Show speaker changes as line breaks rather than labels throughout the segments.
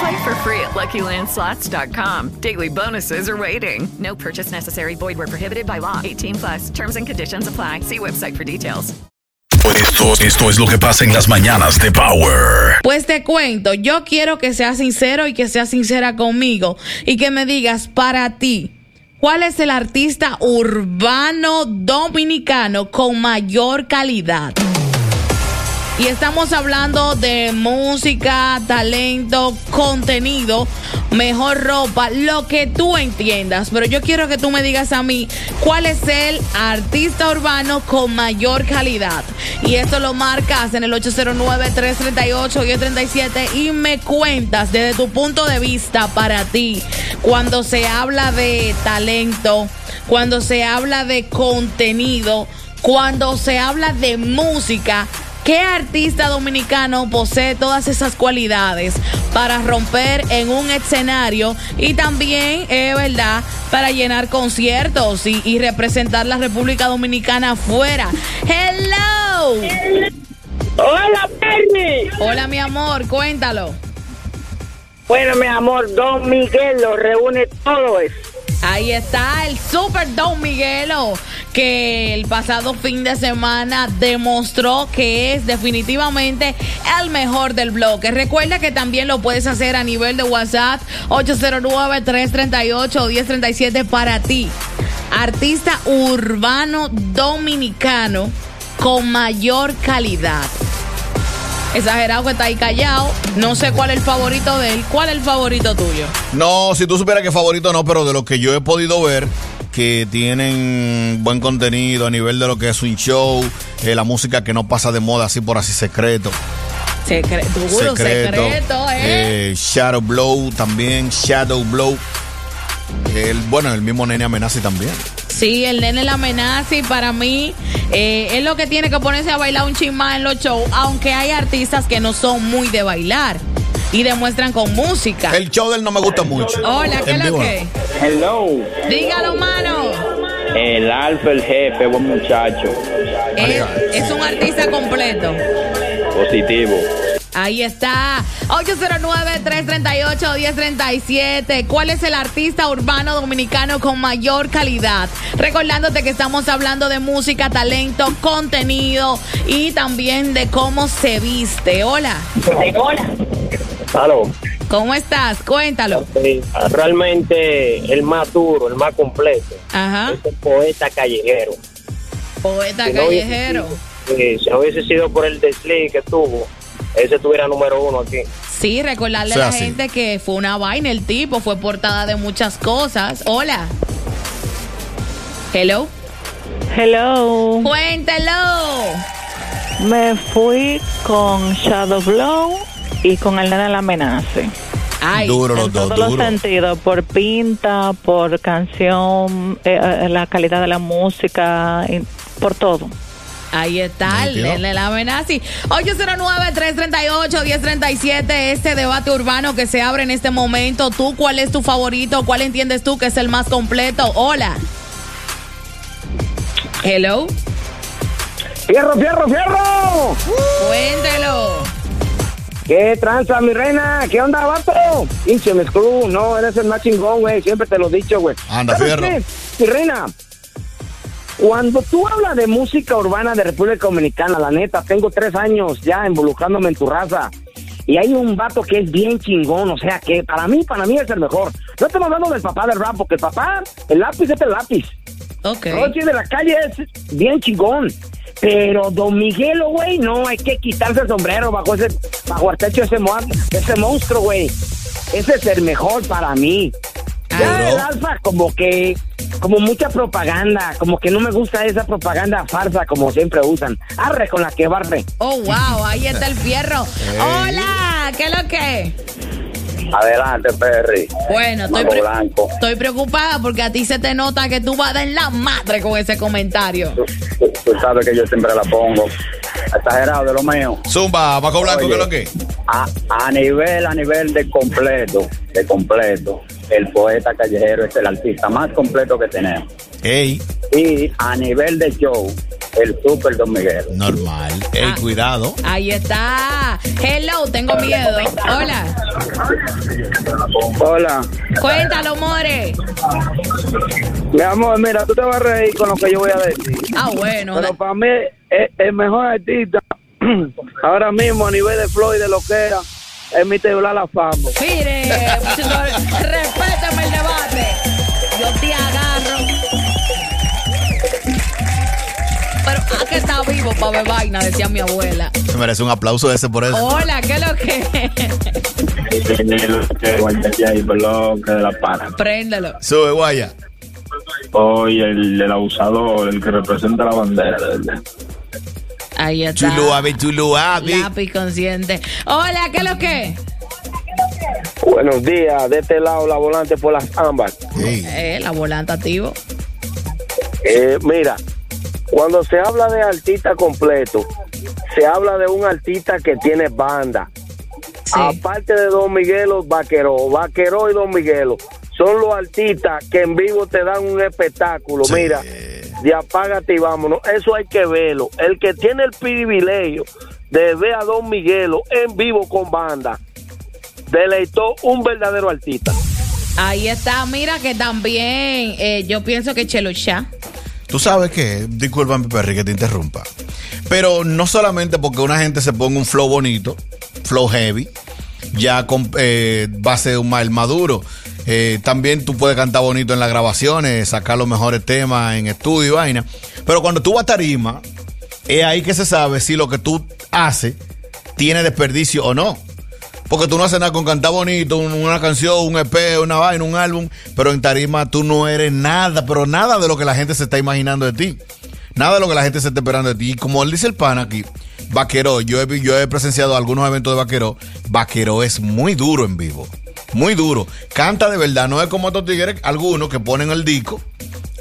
Play for free at LuckyLandSlots.com. Daily bonuses are waiting. No purchase necessary. Void were prohibited by law. 18 plus. Terms and conditions apply. See website for details.
Esto, esto es lo que pasa en las mañanas de Power.
Pues te cuento, yo quiero que seas sincero y que seas sincera conmigo y que me digas para ti. ¿Cuál es el artista urbano dominicano con mayor calidad? Y estamos hablando de música, talento, contenido, mejor ropa, lo que tú entiendas. Pero yo quiero que tú me digas a mí cuál es el artista urbano con mayor calidad. Y esto lo marcas en el 809-338-1037 y me cuentas desde tu punto de vista para ti cuando se habla de talento, cuando se habla de contenido, cuando se habla de música. ¿Qué artista dominicano posee todas esas cualidades para romper en un escenario y también, eh, verdad, para llenar conciertos y, y representar la República Dominicana afuera? ¡Hello!
Hola, Perni.
Hola, mi amor, cuéntalo.
Bueno, mi amor, Don Miguel lo reúne todo eso.
Ahí está el Super Don Miguelo, que el pasado fin de semana demostró que es definitivamente el mejor del bloque. Recuerda que también lo puedes hacer a nivel de WhatsApp 809-338-1037 para ti. Artista urbano dominicano con mayor calidad. Exagerado que está ahí callado. No sé cuál es el favorito de él. ¿Cuál es el favorito tuyo?
No, si tú supieras que favorito no, pero de los que yo he podido ver que tienen buen contenido a nivel de lo que es un show, eh, la música que no pasa de moda así por así secreto.
Secre- duro, secreto, ¿eh?
eh, Shadow Blow también, Shadow Blow. El, bueno, el mismo Nene Amenazi también.
Sí, el nene la amenaza y para mí eh, es lo que tiene que ponerse a bailar un chin más en los shows, aunque hay artistas que no son muy de bailar y demuestran con música.
El show del no me gusta mucho.
Ah. Hola, ¿qué
En
es lo
vivo,
que?
Hello,
Dígalo, mano.
el alfa, el jefe, buen muchacho,
Es, es un artista completo.
positivo.
Ahí está. 809-338-1037. ¿Cuál es el artista urbano dominicano con mayor calidad? Recordándote que estamos hablando de música, talento, contenido y también de cómo se viste. Hola,
Claro,
¿cómo estás? Cuéntalo.
realmente el más duro, el más completo,
Ajá.
es el poeta callejero.
Poeta
Si no hubiese
callejero.
sido- eh, si no hubiese sido por el desliz que tuvo, ese estuviera número uno aquí.
Sí, recordarle
O sea,
a la
sí.
gente que fue una vaina el tipo, fue portada de muchas cosas. Hola. Hello.
Hello,
Cuéntelo.
me fui con Shadow Blow y con el nene la amenaza.
Ay,
Duro los
En
dos,
todos los
duro.
sentidos, por pinta, por canción, eh, eh, la calidad de la música, y por todo.
Ahí está, el
Nítido.
de la amenaza. 809-338-1037, este debate urbano que se abre en este momento. ¿Tú cuál es tu favorito? ¿Cuál entiendes tú que es el más completo? Hola. Hello.
¡Fierro, fierro, fierro!
Cuéntelo.
¿Qué tranza, mi reina? ¿Qué onda, vato? Pinche mezclú, no, eres el más chingón, güey, siempre te lo he dicho, güey.
Anda,
¿Sabes
fierro.
qué, Mi reina, cuando tú hablas de música urbana de República Dominicana, la neta, tengo tres años ya involucrándome en tu raza. Y hay un vato que es bien chingón, o sea que para mí, para mí es el mejor. No estamos hablando del papá del rap, porque el papá, el lápiz es el lápiz.
Ok.
Rochi de la calle es bien chingón.
Pero Don Miguelo, güey, no, hay que quitarse el sombrero bajo ese, bajo el techo de ese, mon- de ese monstruo, güey. Ese es el mejor para mí. Ya
Ah,
el alfa, como que, como mucha propaganda, como que no me gusta esa propaganda farsa como siempre usan. Arre con la que barre.
Oh, wow, ahí está el fierro.
Ey.
Hola, ¿qué es lo que?
Adelante, Perry.
Bueno, estoy,
Mago
pre-
Blanco.
estoy preocupada porque a ti se te nota que tú vas a dar en la madre con ese comentario.
Tú, tú sabes que yo siempre la pongo. Exagerado de lo mío.
Zumba, Paco Blanco,
Oye,
¿qué es lo que?
A, a nivel, a nivel de completo, de completo, el poeta callejero es el artista más completo que tenemos. Y a nivel de show, el super Don Miguel.
Normal.
Ah.
Ey, cuidado.
Ahí está. Hello, tengo miedo. Hola,
Hola.
cuéntalo, More.
Mi amor, mira, tú te vas a reír con lo que yo voy a decir.
Ah, bueno.
Pero para mí, eh, el mejor artista ahora mismo a nivel de Floyd, de lo que era, es mi teular la fama.
Mire, respétame el debate. Yo te agarro. Pero, ah, que está vivo para ver vaina, decía mi abuela.
Se merece un aplauso ese por eso.
Hola, ¿qué es lo que?
el bloque de la pana.
Préndelo.
Sube, guaya.
Oye, el, el abusador, el que representa la bandera. de verdad.
Ahí está.
Chuluabi,
chuluabi.
Lápiz consciente. Hola, ¿qué es lo que?
Buenos días, de este lado la volante por las ambas.
Eh, la volante activo.
Eh, mira, cuando se habla de artista completo, se habla de un artista que tiene banda. Aparte de Don Miguelo, Vaqueró. Vaqueró y Don Miguelo son los artistas que en vivo te dan un espectáculo. Mira, de apágate y vámonos. Eso hay que verlo. El que tiene el privilegio de ver a Don Miguelo en vivo con banda, deleitó un verdadero artista.
Ahí está, mira que también eh, yo pienso que Chelucha.
Tú sabes que, discúlpame, Perry, que te interrumpa. Pero no solamente porque una gente se ponga un flow bonito, flow heavy, ya con, eh, va a ser un mal maduro. Eh, también tú puedes cantar bonito en las grabaciones, sacar los mejores temas en estudio y vaina. Pero cuando tú vas a tarima, es ahí que se sabe si lo que tú haces tiene desperdicio o no. Porque tú no haces nada con cantar bonito, un- una canción, un EP, una vaina, un álbum, pero en tarima tú no eres nada, pero nada de lo que la gente se está imaginando de ti. Nada de lo que la gente se está esperando de ti. Y como él dice el pan aquí, Vaquero, yo he, vi- yo he presenciado algunos eventos de Vaquero, Vaquero es muy duro en vivo. Muy duro. Canta de verdad, no es como estos tigres, algunos que ponen el disco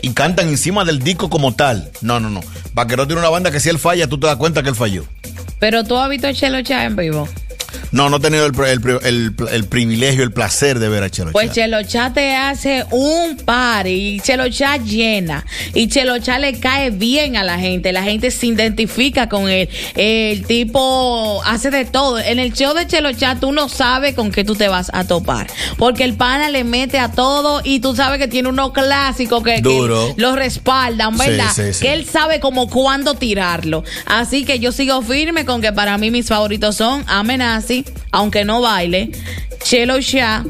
y cantan encima del disco como tal. No, no, no. Vaquero tiene una banda que si él falla, tú te das cuenta que él falló.
Pero tú has visto a Chelucha en vivo.
No, no he tenido el, pri- el pri- el pl- el privilegio, el placer de ver a Chelo.
Pues Chelocha te hace un party y Chelocha llena. Y Chelocha le cae bien a la gente. La gente se identifica con él. El tipo hace de todo. En el show de Chelocha tú no sabes con qué tú te vas a topar. Porque el pana le mete a todo y tú sabes que tiene unos clásicos que, que
Duro.
los respaldan,
Sí,
¿verdad?
sí, sí.
Que él sabe como cuándo tirarlo. Así que yo sigo firme con que para mí mis favoritos son Amenazi, aunque no baile, Chelo Shah,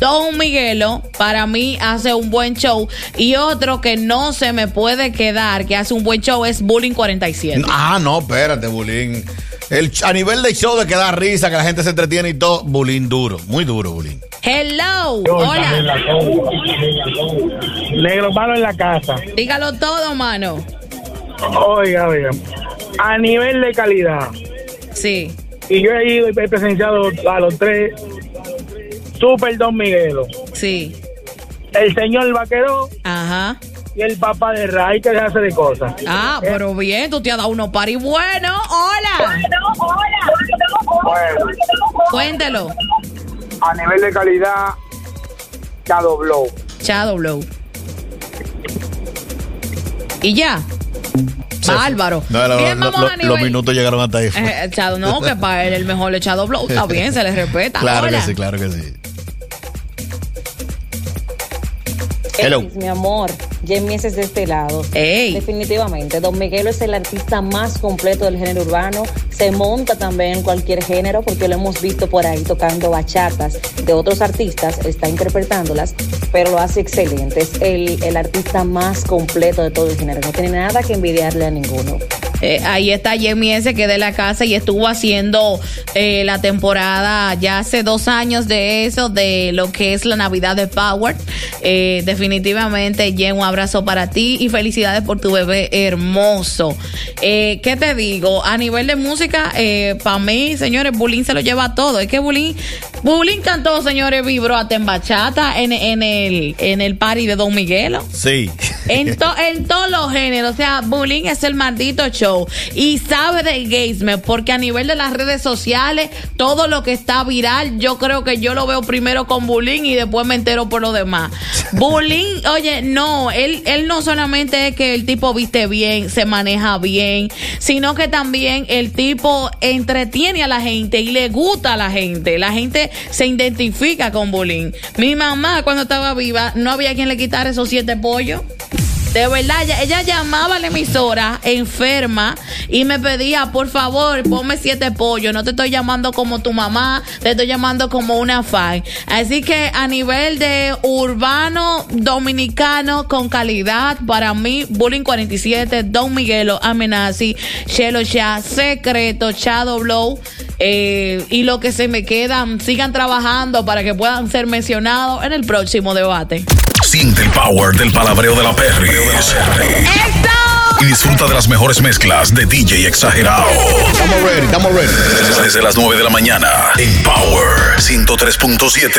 Don Miguelo, para mí hace un buen show. Y otro que no se me puede quedar, que hace un buen show, es Bullying 47.
Ah, no, espérate, Bulín. El ch- a nivel de show de que da risa, que la gente se entretiene y todo, Bulín duro, muy duro, Bulín.
Hello, hola.
Negro palo en la casa.
Dígalo todo, mano.
Oiga, oiga. A nivel de calidad.
Sí.
Y yo he ido y he presenciado a los tres. Super Don Miguelo.
Sí.
El señor Vaqueró.
Ajá.
Y el papá de Ray que hace de cosas.
Eh.
Ah, pero bien, tú te has dado unos y Bueno, hola. Cuéntelo.
A nivel de calidad, ya dobló.
Shadow Blow. Y ya. Bárbaro.
No, la-
Bien,
lo-
vamos
lo-
a
los
nivel-
minutos llegaron hasta ahí.
Eh, el Shadow, no, que para él el mejor el Shadow Blow está bien, se le respeta.
Claro
Hola.
que sí, claro que sí.
Eh.
Hello.
Elvis, mi amor, Jamie es de este lado. Definitivamente, Don Miguelo es el artista más completo del género urbano. Se monta también en cualquier género porque lo hemos visto por ahí tocando bachatas de otros artistas, está interpretándolas, pero lo hace excelente. Es el, el artista más completo de todo el género. No tiene nada que envidiarle a ninguno.
Eh, ahí está Jamie S. que es de la casa y estuvo haciendo eh, la temporada ya hace dos años de eso, de lo que es la Navidad de Power. Eh, definitivamente, Jen, un abrazo para ti y felicidades por tu bebé hermoso. Eh, ¿Qué te digo? A nivel de música, para mí, señores, Bulín se lo lleva todo. Es que Bulín, Bulín cantó, señores, vibro hasta en bachata en, en, el, en el party de Don Miguelo.
Sí.
En, to- en todos los géneros. O sea, Bulín es el maldito show. Y sabe de engagement, porque a nivel de las redes sociales, todo lo que está viral, yo creo que yo lo veo primero con Bulín y después me entero por lo demás. Bulín, oye, no, él, él no solamente es que el tipo viste bien, se maneja bien, sino que también el tipo entretiene a la gente y le gusta a la gente. La gente se identifica con Bulín. Mi mamá, cuando estaba viva, no había quien le quitara esos siete pollos. De verdad, ella, ella llamaba a la emisora enferma y me pedía, por favor, ponme siete pollos. No te estoy llamando como tu mamá, te estoy llamando como una fan. Así que a nivel de urbano dominicano con calidad, para mí, Bullying 47, Don Miguelo, Amenazi, Shelo Shah, Secreto, Shadow Blow. eh, y lo que se me quedan, sigan trabajando para que puedan ser mencionados en el próximo debate.
Siente el power del palabreo de la Perry. Y disfruta de las mejores mezclas de DJ Exagerado.
Estamos ready, estamos ready.
Desde las 9 de la mañana en Power 103.7.